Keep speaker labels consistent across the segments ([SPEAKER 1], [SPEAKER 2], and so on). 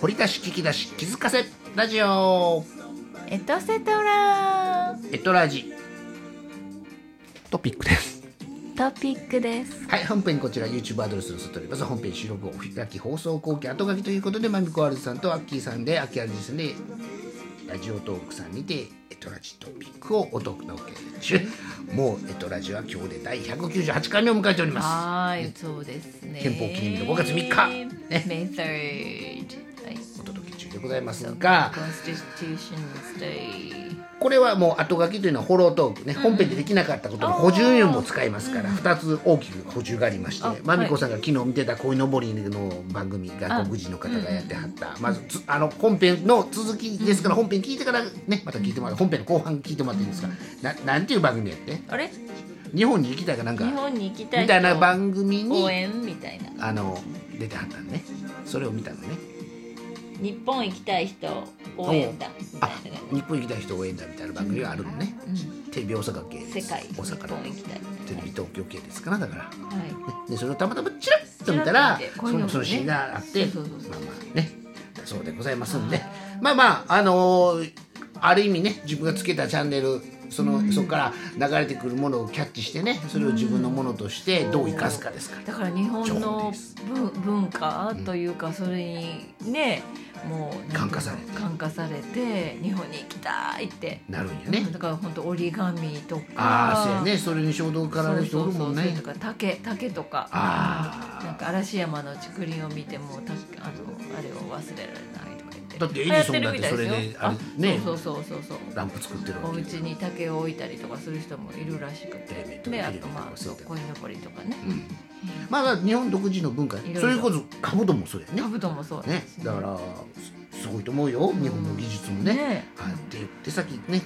[SPEAKER 1] 掘り出し聞き出し気づかせラジオ
[SPEAKER 2] エトセトラ
[SPEAKER 1] エトラジトピックです
[SPEAKER 2] トピックです
[SPEAKER 1] はい、本編こちら YouTube アドレスを載っております。本編収録お開き放送後期後書きということで、まみこあるじさんとアッキーさんで、アキアルジさんで、ラジオトークさんにて、エトラジトピックをお届け中。もうエトラジは今日で第198回目を迎えております。
[SPEAKER 2] はーいそうですね
[SPEAKER 1] 憲法記念日の5月3日ね
[SPEAKER 2] メソードはい
[SPEAKER 1] お届け中でございますが、
[SPEAKER 2] Constitution's Day
[SPEAKER 1] これはもう後書きというのはフォロートークね、本編でできなかったことの補充音も使いますから、2つ大きく補充がありまし
[SPEAKER 2] あ
[SPEAKER 1] て、まみこさんが昨日見てた鯉のぼりの番組、外国人の方がやってはった、まずつあの本編の続きですから、本編聞いてからね、また聞いてもらう、本編の後半聞いてもらっていいですか、ななんていう番組やって、
[SPEAKER 2] あれ
[SPEAKER 1] 日本に行きたいかなんか、
[SPEAKER 2] 日
[SPEAKER 1] み
[SPEAKER 2] 本に行きたい人
[SPEAKER 1] たいな番組
[SPEAKER 2] 応
[SPEAKER 1] に
[SPEAKER 2] 援みたいな
[SPEAKER 1] あの出てはったんね、それを見たのね、
[SPEAKER 2] 日本行きたい人応援だみた
[SPEAKER 1] あ
[SPEAKER 2] いな
[SPEAKER 1] 日本行きたい人応援だみたいな番組があるのね、
[SPEAKER 2] うん
[SPEAKER 1] テレビ大阪系
[SPEAKER 2] 世
[SPEAKER 1] です、
[SPEAKER 2] 界日
[SPEAKER 1] 大阪の
[SPEAKER 2] 本行きたい
[SPEAKER 1] テレビ東京系ですから、だから。
[SPEAKER 2] はい
[SPEAKER 1] でそれをたまたまチラッと見たら
[SPEAKER 2] チラッと見てこ
[SPEAKER 1] その
[SPEAKER 2] ういうのもね
[SPEAKER 1] そのシーンがあって
[SPEAKER 2] そうそうそう
[SPEAKER 1] まあまあねそうでございますんでまあまああのーある意味ね自分がつけたチャンネルその、そこから流れてくるものをキャッチしてねそれを自分のものとしてどう生かすかですから、
[SPEAKER 2] だから日本
[SPEAKER 1] 情報
[SPEAKER 2] の
[SPEAKER 1] です
[SPEAKER 2] 文文化というかそれにねもう
[SPEAKER 1] 感化されて
[SPEAKER 2] 感化されて日本に行きたいって
[SPEAKER 1] なるんやね
[SPEAKER 2] だから本当折り紙とか
[SPEAKER 1] ああそうやねそれに衝動かられる人おるもん
[SPEAKER 2] そうそう
[SPEAKER 1] ね
[SPEAKER 2] そうとか竹竹とか
[SPEAKER 1] あー
[SPEAKER 2] なんか嵐山の竹林を見てもたあのあれを忘れられないとか言って
[SPEAKER 1] だってエ
[SPEAKER 2] 流
[SPEAKER 1] ジ
[SPEAKER 2] 行
[SPEAKER 1] ソンだって
[SPEAKER 2] みたいす
[SPEAKER 1] そ
[SPEAKER 2] よ
[SPEAKER 1] れであれね
[SPEAKER 2] そうそうそうそうそう
[SPEAKER 1] ランプ作ってるわ
[SPEAKER 2] お
[SPEAKER 1] け
[SPEAKER 2] 家に竹を置いたりとかする人もいるらしく
[SPEAKER 1] テレビ
[SPEAKER 2] て
[SPEAKER 1] とか
[SPEAKER 2] であ
[SPEAKER 1] テレビ
[SPEAKER 2] と
[SPEAKER 1] とか
[SPEAKER 2] まあそう
[SPEAKER 1] そう
[SPEAKER 2] 鯉のぼりとかね
[SPEAKER 1] うんまあまあ日本独自の文化
[SPEAKER 2] いろいろ
[SPEAKER 1] それこそカブトもそうやね
[SPEAKER 2] カブトもそうだ
[SPEAKER 1] ね
[SPEAKER 2] し
[SPEAKER 1] だからすすごいと思うよ日本の技術もね。
[SPEAKER 2] ね
[SPEAKER 1] あで手先ね、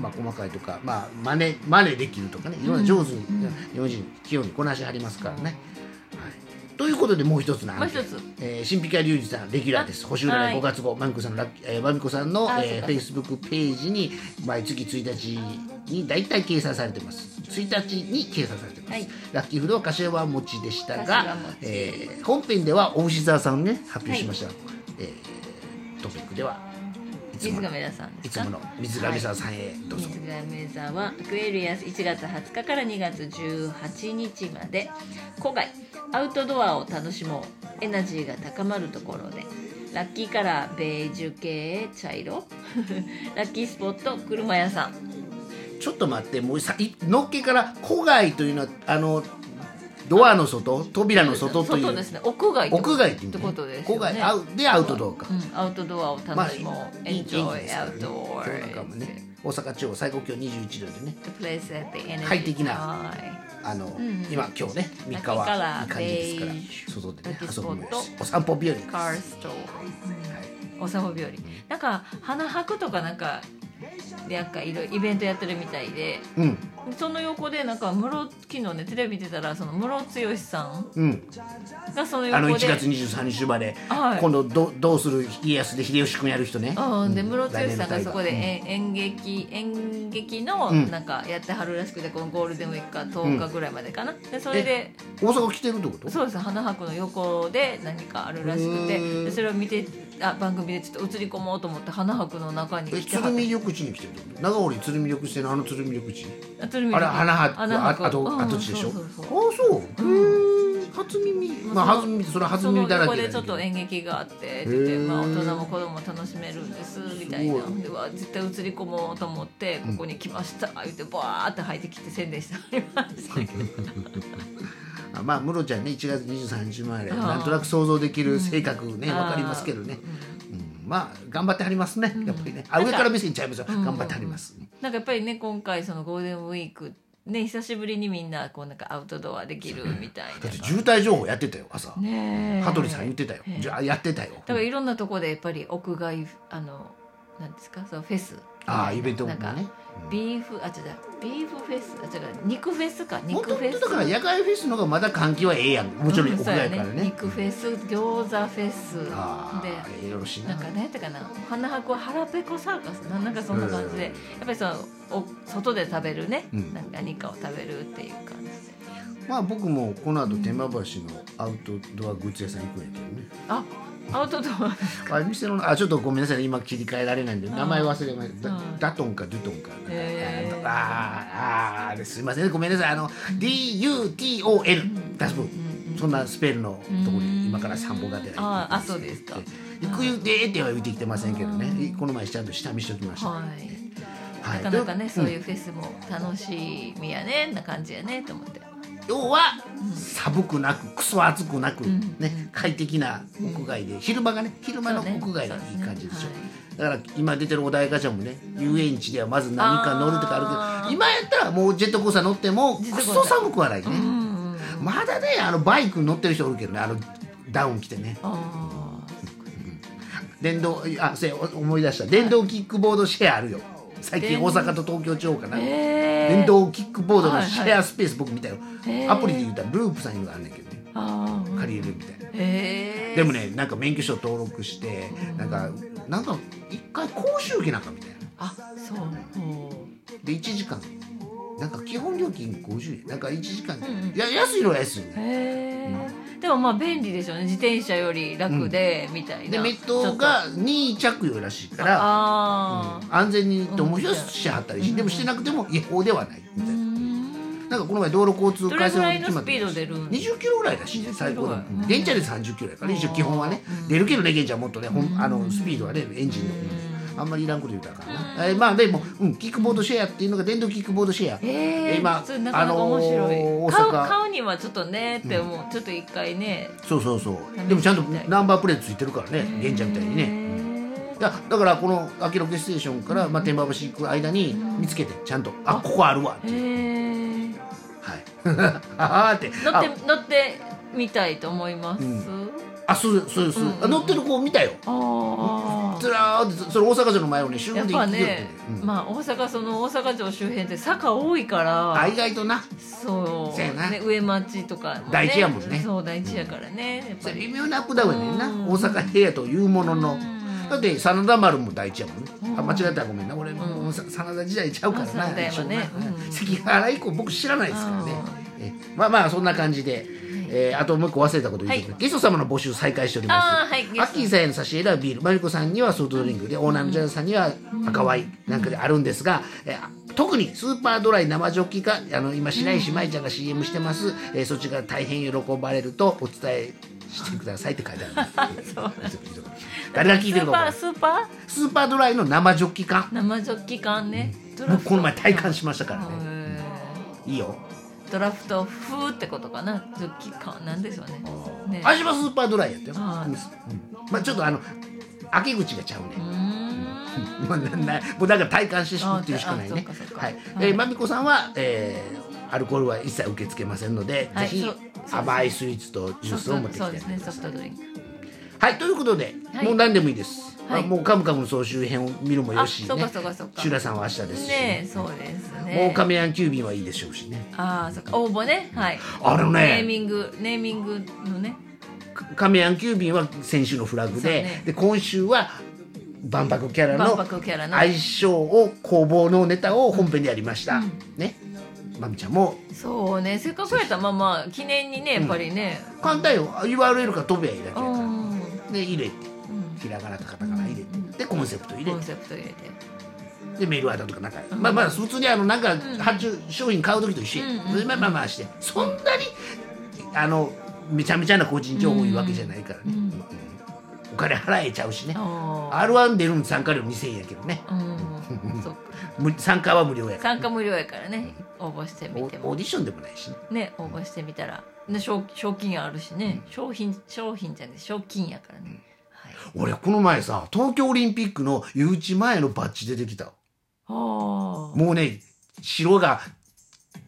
[SPEAKER 1] まあ、細かいとか、まあ、真似真似できるとかねいろんな上手に、
[SPEAKER 2] うんうん
[SPEAKER 1] 日本人器用にこなしはりますからね。はい、ということでもう一つの
[SPEAKER 2] もう
[SPEAKER 1] 案
[SPEAKER 2] 一
[SPEAKER 1] 件
[SPEAKER 2] つ
[SPEAKER 1] えー、神秘家隆二さんレギュラーです星占
[SPEAKER 2] はいい
[SPEAKER 1] 5月号まみこさんのラッキー、えー、まみこさんの
[SPEAKER 2] あ
[SPEAKER 1] えー、フ
[SPEAKER 2] そう
[SPEAKER 1] ェ
[SPEAKER 2] か
[SPEAKER 1] イスブックページに毎月1日に大体掲載されてます1日に掲載されてます、
[SPEAKER 2] はい
[SPEAKER 1] ラッキーフードは柏餅でした
[SPEAKER 2] 柏
[SPEAKER 1] が
[SPEAKER 2] 餅、
[SPEAKER 1] えー、本編では大牛沢さんね発表しました、えートピックではいつ
[SPEAKER 2] 水
[SPEAKER 1] もの
[SPEAKER 2] 亀田さん
[SPEAKER 1] い
[SPEAKER 2] です
[SPEAKER 1] つ
[SPEAKER 2] か
[SPEAKER 1] もの水上さんさんへどうぞ、
[SPEAKER 2] 水亀座はアクエリアス1月20日から2月18日まで郊外アウトドアを楽しもうエナジーが高まるところでラッキーカラーベージュ系茶色 ラッキースポット車屋さん
[SPEAKER 1] ちょっと待ってもうさいのっけから戸外というのはあのドアの外扉の外という
[SPEAKER 2] 外ですね屋外ってこと
[SPEAKER 1] 屋外って意
[SPEAKER 2] っ
[SPEAKER 1] 味
[SPEAKER 2] て
[SPEAKER 1] ね
[SPEAKER 2] ことです
[SPEAKER 1] 屋
[SPEAKER 2] よね
[SPEAKER 1] 外アウでアウトドアか、
[SPEAKER 2] うんアウトドアを楽しもう、
[SPEAKER 1] いいいい天気
[SPEAKER 2] Enjoy
[SPEAKER 1] ですからね今
[SPEAKER 2] outdoors
[SPEAKER 1] 日なんかもね大阪地方最高気温21度でね
[SPEAKER 2] The place at the end
[SPEAKER 1] 快適な
[SPEAKER 2] はい
[SPEAKER 1] あの、
[SPEAKER 2] ん
[SPEAKER 1] 今今日ね3日
[SPEAKER 2] 秋か
[SPEAKER 1] は
[SPEAKER 2] ら
[SPEAKER 1] いい感じですから
[SPEAKER 2] ベージュ
[SPEAKER 1] 外でね
[SPEAKER 2] 秋ス
[SPEAKER 1] 遊
[SPEAKER 2] ポ
[SPEAKER 1] ぶ
[SPEAKER 2] ット
[SPEAKER 1] もよしお散歩日和です、
[SPEAKER 2] カ
[SPEAKER 1] は
[SPEAKER 2] ー
[SPEAKER 1] い
[SPEAKER 2] ストおさぼ日和なんか花博とかなんかなんかいろいろイベントやってるみたいで
[SPEAKER 1] うん
[SPEAKER 2] その横でなんか室昨日ねテレビ見てたらその室剛さん
[SPEAKER 1] うん、
[SPEAKER 2] がその
[SPEAKER 1] あの
[SPEAKER 2] 横
[SPEAKER 1] 1
[SPEAKER 2] で
[SPEAKER 1] 月23日生まで、
[SPEAKER 2] はい
[SPEAKER 1] 今度どどうする家康で秀吉君やる人ね
[SPEAKER 2] あーで室剛
[SPEAKER 1] 来年の
[SPEAKER 2] さんが
[SPEAKER 1] 大河
[SPEAKER 2] そこで
[SPEAKER 1] うん
[SPEAKER 2] 演演劇演劇の
[SPEAKER 1] うん
[SPEAKER 2] なんかやってはるらしくてこのゴールデンウィークか10日ぐらいまでかなでそれで
[SPEAKER 1] 大阪来てるってこと
[SPEAKER 2] そうです花博の横で何かあるらしく
[SPEAKER 1] へー
[SPEAKER 2] てでそれを見てあ番組でちょっと映り込もうと思って花博の中に
[SPEAKER 1] え
[SPEAKER 2] 来て
[SPEAKER 1] 鶴
[SPEAKER 2] はっ
[SPEAKER 1] 見
[SPEAKER 2] て
[SPEAKER 1] 緑地に来てるってこと長堀鶴見緑地のあの鶴見緑地
[SPEAKER 2] あ鶴見
[SPEAKER 1] あれ花
[SPEAKER 2] 花
[SPEAKER 1] 博
[SPEAKER 2] 博
[SPEAKER 1] ああと
[SPEAKER 2] うん
[SPEAKER 1] 跡地でしょ
[SPEAKER 2] そうそうそう
[SPEAKER 1] ああそうへえ初耳まあ初耳それは初
[SPEAKER 2] その
[SPEAKER 1] 耳だら
[SPEAKER 2] 横
[SPEAKER 1] け
[SPEAKER 2] でち
[SPEAKER 1] だ
[SPEAKER 2] ょっ
[SPEAKER 1] けど
[SPEAKER 2] と演劇があって
[SPEAKER 1] ー
[SPEAKER 2] でまあ、大人も子供も楽しめるんですみたいなでわ絶対映り込もうと思ってここに来ました言ってバーって入ってきて宣伝してはりましたけど
[SPEAKER 1] あまあムロちゃんね1月23日生まれ
[SPEAKER 2] あー
[SPEAKER 1] なんとなく想像できる性格ねわかりますけどねうんまあ頑張ってはりますねやっぱりねあ
[SPEAKER 2] なん
[SPEAKER 1] 上
[SPEAKER 2] か
[SPEAKER 1] から目線ちゃいますよ
[SPEAKER 2] うん
[SPEAKER 1] 頑張ってはります
[SPEAKER 2] なんかやっぱりね今回そのゴールデンウィークね久しぶりにみんなこうなんかアウトドアできるみたい
[SPEAKER 1] だって渋滞情報やってたよ朝
[SPEAKER 2] なねえ
[SPEAKER 1] 羽鳥さん言ってたよじゃあやってたよ
[SPEAKER 2] だからいろんなとこでやっぱり屋外あのなんですかそのフェス
[SPEAKER 1] ああイベントも
[SPEAKER 2] なんか
[SPEAKER 1] ね
[SPEAKER 2] ビーフあ違うビーフフェスあ違う肉フェスか
[SPEAKER 1] も
[SPEAKER 2] 肉
[SPEAKER 1] と
[SPEAKER 2] フェ
[SPEAKER 1] も
[SPEAKER 2] ス
[SPEAKER 1] とだから野外フェスの方がまだ換気はええやんもちろん
[SPEAKER 2] う
[SPEAKER 1] 屋
[SPEAKER 2] そうや
[SPEAKER 1] 外からね,、
[SPEAKER 2] 肉フェス餃子フェス
[SPEAKER 1] ああ
[SPEAKER 2] で
[SPEAKER 1] ええよろしい
[SPEAKER 2] な
[SPEAKER 1] なん
[SPEAKER 2] かねてかなお花博は腹ペコサーカスなんなんかそんな感じで、
[SPEAKER 1] うん
[SPEAKER 2] やっぱりそのお外で食べるね、
[SPEAKER 1] うん
[SPEAKER 2] なんか何かを食べるっていう感じで
[SPEAKER 1] まあ僕もこの後天満橋のアウトドアグッズ屋さん行くんやけどね
[SPEAKER 2] あアウトド ア
[SPEAKER 1] あ店のあちょっとごめんなさいね今切り替えられないんで名前忘れました
[SPEAKER 2] う
[SPEAKER 1] ダ
[SPEAKER 2] ん
[SPEAKER 1] ダトンかドゥトンか
[SPEAKER 2] へー
[SPEAKER 1] あーあーすいませんごめんなさいあの DUTON ダスブそんなスペルのところに今から参謀が出ない
[SPEAKER 2] あーあそうですか
[SPEAKER 1] 行く予定っては言ってきてませんけどねこの前ちゃんと下見しておきました
[SPEAKER 2] はい
[SPEAKER 1] は
[SPEAKER 2] ないかなかね
[SPEAKER 1] と
[SPEAKER 2] そういうフェスも楽しみやねな感じやねと思って
[SPEAKER 1] 要は寒くなくクソ暑くなく、
[SPEAKER 2] ん
[SPEAKER 1] ね、快適な屋外で、昼間がね昼間の屋外がいい感じでしょ、
[SPEAKER 2] そうね
[SPEAKER 1] だから今出てるお題ガチャもね遊園地ではまず何か乗るとかある
[SPEAKER 2] あ
[SPEAKER 1] けど
[SPEAKER 2] ー
[SPEAKER 1] 今やったらもうジェットコースター乗っても
[SPEAKER 2] ジェッ
[SPEAKER 1] ク
[SPEAKER 2] トコースター
[SPEAKER 1] ソ寒くはないね、
[SPEAKER 2] うんうん
[SPEAKER 1] まだねあのバイク乗ってる人おるけどねあのダウン着てね
[SPEAKER 2] あ
[SPEAKER 1] 電動あせ思い出した電動キックボードシェアあるよ最近
[SPEAKER 2] 電
[SPEAKER 1] 大阪と東京地方かな、
[SPEAKER 2] ーへー
[SPEAKER 1] 電動キックボードのシェアスペース僕見たよ、
[SPEAKER 2] へー
[SPEAKER 1] アプリで言うたらループさんいうのがあんねんけどね
[SPEAKER 2] あー
[SPEAKER 1] 借りれるみたいな
[SPEAKER 2] へー
[SPEAKER 1] でもねなんか免許証登録してなんかなんか一回講習受けなんかみたいな
[SPEAKER 2] あそうほ
[SPEAKER 1] で1時間なんか基本料金50円なんか1時間、
[SPEAKER 2] んうん
[SPEAKER 1] いや安いのは安いうね
[SPEAKER 2] へーでもまあ便利でしょうね自転車より楽で、みたい
[SPEAKER 1] で
[SPEAKER 2] な
[SPEAKER 1] メットが2位着用らしいから
[SPEAKER 2] ああ
[SPEAKER 1] 安全にと思う人はしはったりし、でもしてなくても違法ではないみたいな、なんかこの前道路交通
[SPEAKER 2] どれ
[SPEAKER 1] 改
[SPEAKER 2] ぐ
[SPEAKER 1] 正
[SPEAKER 2] ら
[SPEAKER 1] 法
[SPEAKER 2] いのスピード出るん
[SPEAKER 1] 20キロぐらいだしね最高でも
[SPEAKER 2] 20キロぐらい
[SPEAKER 1] 電車で30キロやから一応基本はね
[SPEAKER 2] うん
[SPEAKER 1] 出るけどね現ちゃんもっとねほん
[SPEAKER 2] うん
[SPEAKER 1] あのスピードはねエンジンのあんまりいらんこと言うたらあかんな、えーまあでも、うん、キックボードシェアっていうのが電動キックボードシェア
[SPEAKER 2] えー、
[SPEAKER 1] 今
[SPEAKER 2] 普通なかなか面白い、
[SPEAKER 1] あのー
[SPEAKER 2] 買う
[SPEAKER 1] 大阪
[SPEAKER 2] 買うにはちょっとねって思う、ちょっと一回ね
[SPEAKER 1] そうそうそうでもちゃんとナンバープレートついてるからね現ちゃんみたいにね、
[SPEAKER 2] ね
[SPEAKER 1] だだからこの秋ロケステーションから、まあ、天満橋行く間に見つけてちゃんと「あここあるわ」って
[SPEAKER 2] へ
[SPEAKER 1] いう
[SPEAKER 2] え
[SPEAKER 1] はい 「ああ」って
[SPEAKER 2] 乗っ
[SPEAKER 1] あ
[SPEAKER 2] て乗ってみたいと思います、
[SPEAKER 1] あそうそうそう、
[SPEAKER 2] うん
[SPEAKER 1] あ乗ってる子見たよ
[SPEAKER 2] ああ
[SPEAKER 1] ずらーってそそれ大阪城の前をね集
[SPEAKER 2] や
[SPEAKER 1] 合
[SPEAKER 2] っ
[SPEAKER 1] で
[SPEAKER 2] ぱ
[SPEAKER 1] 行ってきてる
[SPEAKER 2] ね、
[SPEAKER 1] うん
[SPEAKER 2] まあ大阪その大阪城周辺って坂多いか
[SPEAKER 1] あ
[SPEAKER 2] ら
[SPEAKER 1] 意外とな
[SPEAKER 2] そう
[SPEAKER 1] そうやな
[SPEAKER 2] ね、上町とか、ね、
[SPEAKER 1] 大事やもんね
[SPEAKER 2] そう大事やからね、やっ
[SPEAKER 1] そ
[SPEAKER 2] ぱ
[SPEAKER 1] れ
[SPEAKER 2] り
[SPEAKER 1] 微妙なアップダウンやねんな
[SPEAKER 2] うん
[SPEAKER 1] 大阪平野というものの
[SPEAKER 2] うん
[SPEAKER 1] だって真田丸も大地やもんね
[SPEAKER 2] うん
[SPEAKER 1] あ間違えたらごめんな俺もうさ真田時代ちゃうから
[SPEAKER 2] あ
[SPEAKER 1] な
[SPEAKER 2] そうだよね
[SPEAKER 1] 一緒な
[SPEAKER 2] うん
[SPEAKER 1] 関ヶ原以降僕知らないですからねえまあまあそんな感じで、えーあともう一個忘れたこと言ってくれ、
[SPEAKER 2] は
[SPEAKER 1] ゲスト様の募集再開しております
[SPEAKER 2] あーはいゲスト
[SPEAKER 1] アッキーさんへの差し入れはビールマリコさんにはソフトドリンクで、オーナーのジャズさんには赤ワインなんかであるんですが、えー特にスーパードライ生ジョッキかあの今白石麻衣ちゃんが CM してます、えーそっちが大変喜ばれるとお伝えしてくださいって書いてあるんです 誰が聞いてるか分からん
[SPEAKER 2] スーパースーパ
[SPEAKER 1] スーパードライの生ジョッキ缶
[SPEAKER 2] ー生ジョッキ缶ね、ドラ
[SPEAKER 1] 僕
[SPEAKER 2] フト
[SPEAKER 1] この前体感しましたからね
[SPEAKER 2] へ
[SPEAKER 1] いいよ
[SPEAKER 2] ードラフト風ってことかなジョッキ缶なんでしょうねね
[SPEAKER 1] 味はスーパードライやったよ、
[SPEAKER 2] あー
[SPEAKER 1] うんまあ、ちょっとあの開け口がちゃうね
[SPEAKER 2] うーん
[SPEAKER 1] もうななもうだから体感してしまうっていうしかないね
[SPEAKER 2] あそうかそうか
[SPEAKER 1] はい
[SPEAKER 2] はい
[SPEAKER 1] えーまみこさんは、えーアルコールは一切受け付けませんので、
[SPEAKER 2] はい
[SPEAKER 1] ぜひ
[SPEAKER 2] そうそうですね
[SPEAKER 1] 甘いスイーツとジュースを持ってきて
[SPEAKER 2] そ
[SPEAKER 1] あ
[SPEAKER 2] う
[SPEAKER 1] げ
[SPEAKER 2] で
[SPEAKER 1] て
[SPEAKER 2] すね
[SPEAKER 1] く
[SPEAKER 2] ソ
[SPEAKER 1] ださ
[SPEAKER 2] フ
[SPEAKER 1] い
[SPEAKER 2] トドリンク
[SPEAKER 1] はいということで、
[SPEAKER 2] はい
[SPEAKER 1] もう何でもいいです、
[SPEAKER 2] はい
[SPEAKER 1] あもう「カムカム」の総集編を見るもよし
[SPEAKER 2] あそう
[SPEAKER 1] ね
[SPEAKER 2] かそうかそうか
[SPEAKER 1] シュラさんは明日ですし
[SPEAKER 2] ねえそうですね
[SPEAKER 1] もうカメヤン急便はいいでしょうしね
[SPEAKER 2] ああそっか応募ねはい
[SPEAKER 1] あのね
[SPEAKER 2] ネーミングネーミングのね
[SPEAKER 1] カメヤン急便は先週のフラグで,、
[SPEAKER 2] そうね
[SPEAKER 1] で今週は万博キャラの
[SPEAKER 2] 万博キャラの
[SPEAKER 1] 相性を工房のネタを本編でやりました、ねまみちゃんも
[SPEAKER 2] そうねせっかくやったらまあまあ記念にねやっぱりね
[SPEAKER 1] 簡単よ URL から飛べばいいだけ
[SPEAKER 2] う
[SPEAKER 1] やから
[SPEAKER 2] んうん
[SPEAKER 1] で入れてひらがなとカタカナ入れてでコンセプト入れ
[SPEAKER 2] コン
[SPEAKER 1] て
[SPEAKER 2] セプト入れて
[SPEAKER 1] でメールアドとかなんか、まあまあ普通にあのなんか発注商品買う時と一緒や、
[SPEAKER 2] うんうん
[SPEAKER 1] まあまあまあしてそんなにあのめちゃめちゃな個人情報いうわけじゃないからね、
[SPEAKER 2] うん
[SPEAKER 1] うんうんお金払えちゃうしね、
[SPEAKER 2] あ
[SPEAKER 1] R1 出るの参加料2000円やけどね
[SPEAKER 2] あうんそっか
[SPEAKER 1] 無参加は無料やから
[SPEAKER 2] 参加無料やからね応募して
[SPEAKER 1] オ
[SPEAKER 2] み
[SPEAKER 1] オ
[SPEAKER 2] て
[SPEAKER 1] ー
[SPEAKER 2] も
[SPEAKER 1] ディションでもないしね
[SPEAKER 2] ね応募してみたら、ね、賞賞金あるしね商品商品じゃない賞金やからね、はい、
[SPEAKER 1] 俺この前さ東京オリンピックの誘致前のバッジ出てきた
[SPEAKER 2] あ
[SPEAKER 1] もうね白が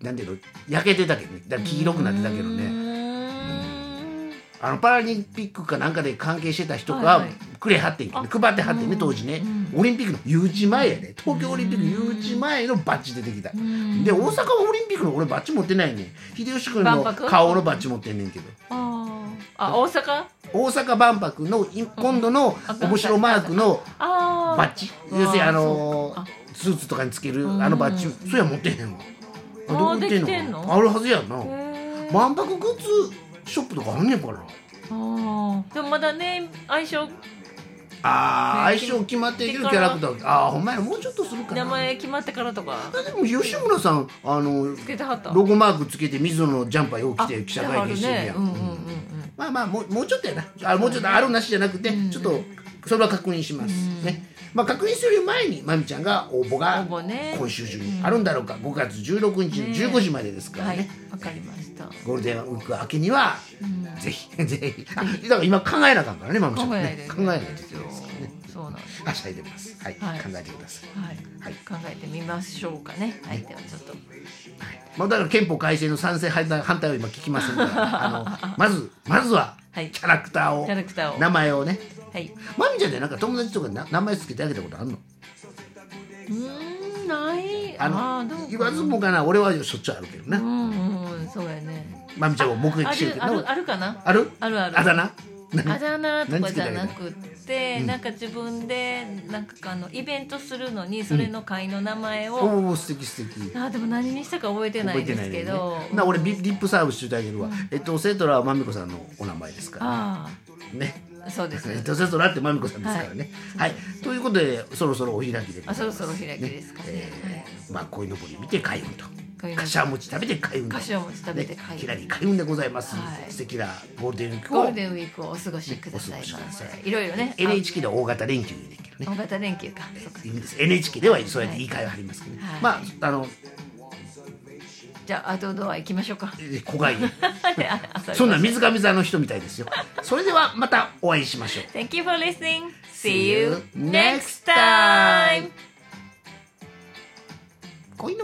[SPEAKER 1] なんていうの焼けてたけどねだから黄色くなってたけど
[SPEAKER 2] う
[SPEAKER 1] ね
[SPEAKER 2] ーん
[SPEAKER 1] あのパラリンピックかなんかで関係してた人
[SPEAKER 2] はい
[SPEAKER 1] が
[SPEAKER 2] はい
[SPEAKER 1] くれはってんけどね、
[SPEAKER 2] あ
[SPEAKER 1] 配ってはって
[SPEAKER 2] う
[SPEAKER 1] ね
[SPEAKER 2] ん
[SPEAKER 1] 当時ね
[SPEAKER 2] うん
[SPEAKER 1] オリンピックの U 字前やね東京オリンピック U 字前のバッジ出てきた、
[SPEAKER 2] ん
[SPEAKER 1] で大阪オリンピックの俺バッジ持ってないね秀吉君
[SPEAKER 2] 万
[SPEAKER 1] の
[SPEAKER 2] 博
[SPEAKER 1] 顔のバッジ持ってんねんけど
[SPEAKER 2] あーあ大阪
[SPEAKER 1] 大阪万博のい今度の面白マークの
[SPEAKER 2] あ
[SPEAKER 1] バッジ要するにあの
[SPEAKER 2] そうか
[SPEAKER 1] スーツとかにつける
[SPEAKER 2] うん
[SPEAKER 1] あのバッジそりゃ持ってへんわ
[SPEAKER 2] あ
[SPEAKER 1] どこ売ってんの
[SPEAKER 2] できてんの
[SPEAKER 1] あるはずやんな
[SPEAKER 2] ーへー
[SPEAKER 1] 万博グッズショップとかあんねんから
[SPEAKER 2] あーでもまだね相性
[SPEAKER 1] ああ
[SPEAKER 2] ね
[SPEAKER 1] 相性決まってるけどキャラクターああほんまやもうちょっとするかな
[SPEAKER 2] 名前決まってからとか
[SPEAKER 1] でも吉村さんあの
[SPEAKER 2] つけてはった
[SPEAKER 1] ロゴマークつけて水野のジャンパーよう着て記者
[SPEAKER 2] あ
[SPEAKER 1] 会見してるやん、
[SPEAKER 2] うんうんうん
[SPEAKER 1] まあまあもうもうちょっとやなあもうちょっとあるなしじゃなくて、
[SPEAKER 2] うん
[SPEAKER 1] ちょっとそれは確認します、
[SPEAKER 2] うん
[SPEAKER 1] ねまあ確認するより前にまみちゃんが応募
[SPEAKER 2] うん
[SPEAKER 1] が
[SPEAKER 2] 応募ね
[SPEAKER 1] 今週中にあるんだろうか5月16日の
[SPEAKER 2] ね
[SPEAKER 1] 15時までですから
[SPEAKER 2] は
[SPEAKER 1] ね
[SPEAKER 2] いわかりました
[SPEAKER 1] ゴールデンウィーク明けには、
[SPEAKER 2] ん
[SPEAKER 1] ぜひ ぜひあだから今考えなあかんからねまみち
[SPEAKER 2] 考
[SPEAKER 1] ゃんね
[SPEAKER 2] えないで
[SPEAKER 1] 考えない
[SPEAKER 2] ですよそうなんです
[SPEAKER 1] あしゃいでますはい、
[SPEAKER 2] はい
[SPEAKER 1] 考えてください
[SPEAKER 2] はい
[SPEAKER 1] はい
[SPEAKER 2] 考えてみましょうかねはいではちょっと
[SPEAKER 1] まあ、だから憲法改正の賛成反対反対を今聞きませ んからあのまずまずは
[SPEAKER 2] はい
[SPEAKER 1] キャラクターを
[SPEAKER 2] キャラクターを
[SPEAKER 1] 名前をね
[SPEAKER 2] はい
[SPEAKER 1] まみちゃんってなんか友達とかにな名前つけてあげたことあるの
[SPEAKER 2] うーんない
[SPEAKER 1] あ
[SPEAKER 2] あ
[SPEAKER 1] の
[SPEAKER 2] あどうかな
[SPEAKER 1] 言わずもがな俺はしょっちゅうあるけど
[SPEAKER 2] う
[SPEAKER 1] な、
[SPEAKER 2] んうんそうやね
[SPEAKER 1] まみちゃんを目
[SPEAKER 2] あ
[SPEAKER 1] 撃してるけ
[SPEAKER 2] る
[SPEAKER 1] ど
[SPEAKER 2] あるあるかな
[SPEAKER 1] ある
[SPEAKER 2] あるある
[SPEAKER 1] あだ名
[SPEAKER 2] あだ名とかじゃなく
[SPEAKER 1] 何つけてあげ
[SPEAKER 2] て、
[SPEAKER 1] たうん
[SPEAKER 2] なんか自分でなんかあのイベントするのにそれの会の名前
[SPEAKER 1] お
[SPEAKER 2] を、
[SPEAKER 1] おー素敵素敵
[SPEAKER 2] あでも何にしたか覚えてないですけど、
[SPEAKER 1] ね、な俺リリップサービスしてあげるわ、えっとセトラはまみこさんのお名前ですから
[SPEAKER 2] あ
[SPEAKER 1] ね
[SPEAKER 2] あそうです
[SPEAKER 1] えっとセトラってまみこさんですからねはい、ということでそろそろお開きでございます
[SPEAKER 2] あそろそろお開きですかね
[SPEAKER 1] えーまあ鯉のぼり見て開運と
[SPEAKER 2] こういうの
[SPEAKER 1] かしわ餅食べて開運と
[SPEAKER 2] かしわ餅食べて開運
[SPEAKER 1] ね、きらり開運でございます、
[SPEAKER 2] はい
[SPEAKER 1] 素敵なゴールデンウィーク
[SPEAKER 2] ゴー
[SPEAKER 1] を
[SPEAKER 2] ルデンウィークをお過ごしくださ
[SPEAKER 1] お過
[SPEAKER 2] い
[SPEAKER 1] ごしくだ
[SPEAKER 2] ま
[SPEAKER 1] さ
[SPEAKER 2] せ、
[SPEAKER 1] い
[SPEAKER 2] いろいろねあ
[SPEAKER 1] NHK では大型連休でけどね
[SPEAKER 2] 大型連休かそうか
[SPEAKER 1] いいんです NHK ではそうやって言い換えはありますけどね、
[SPEAKER 2] はい
[SPEAKER 1] まああの
[SPEAKER 2] じゃあアウトドア行きましょうか
[SPEAKER 1] えー子が いい
[SPEAKER 2] あそう
[SPEAKER 1] そんな水上座の人みたいですよそれではまたお会いしましょう
[SPEAKER 2] Thank you for listening see you next time
[SPEAKER 1] 鯉の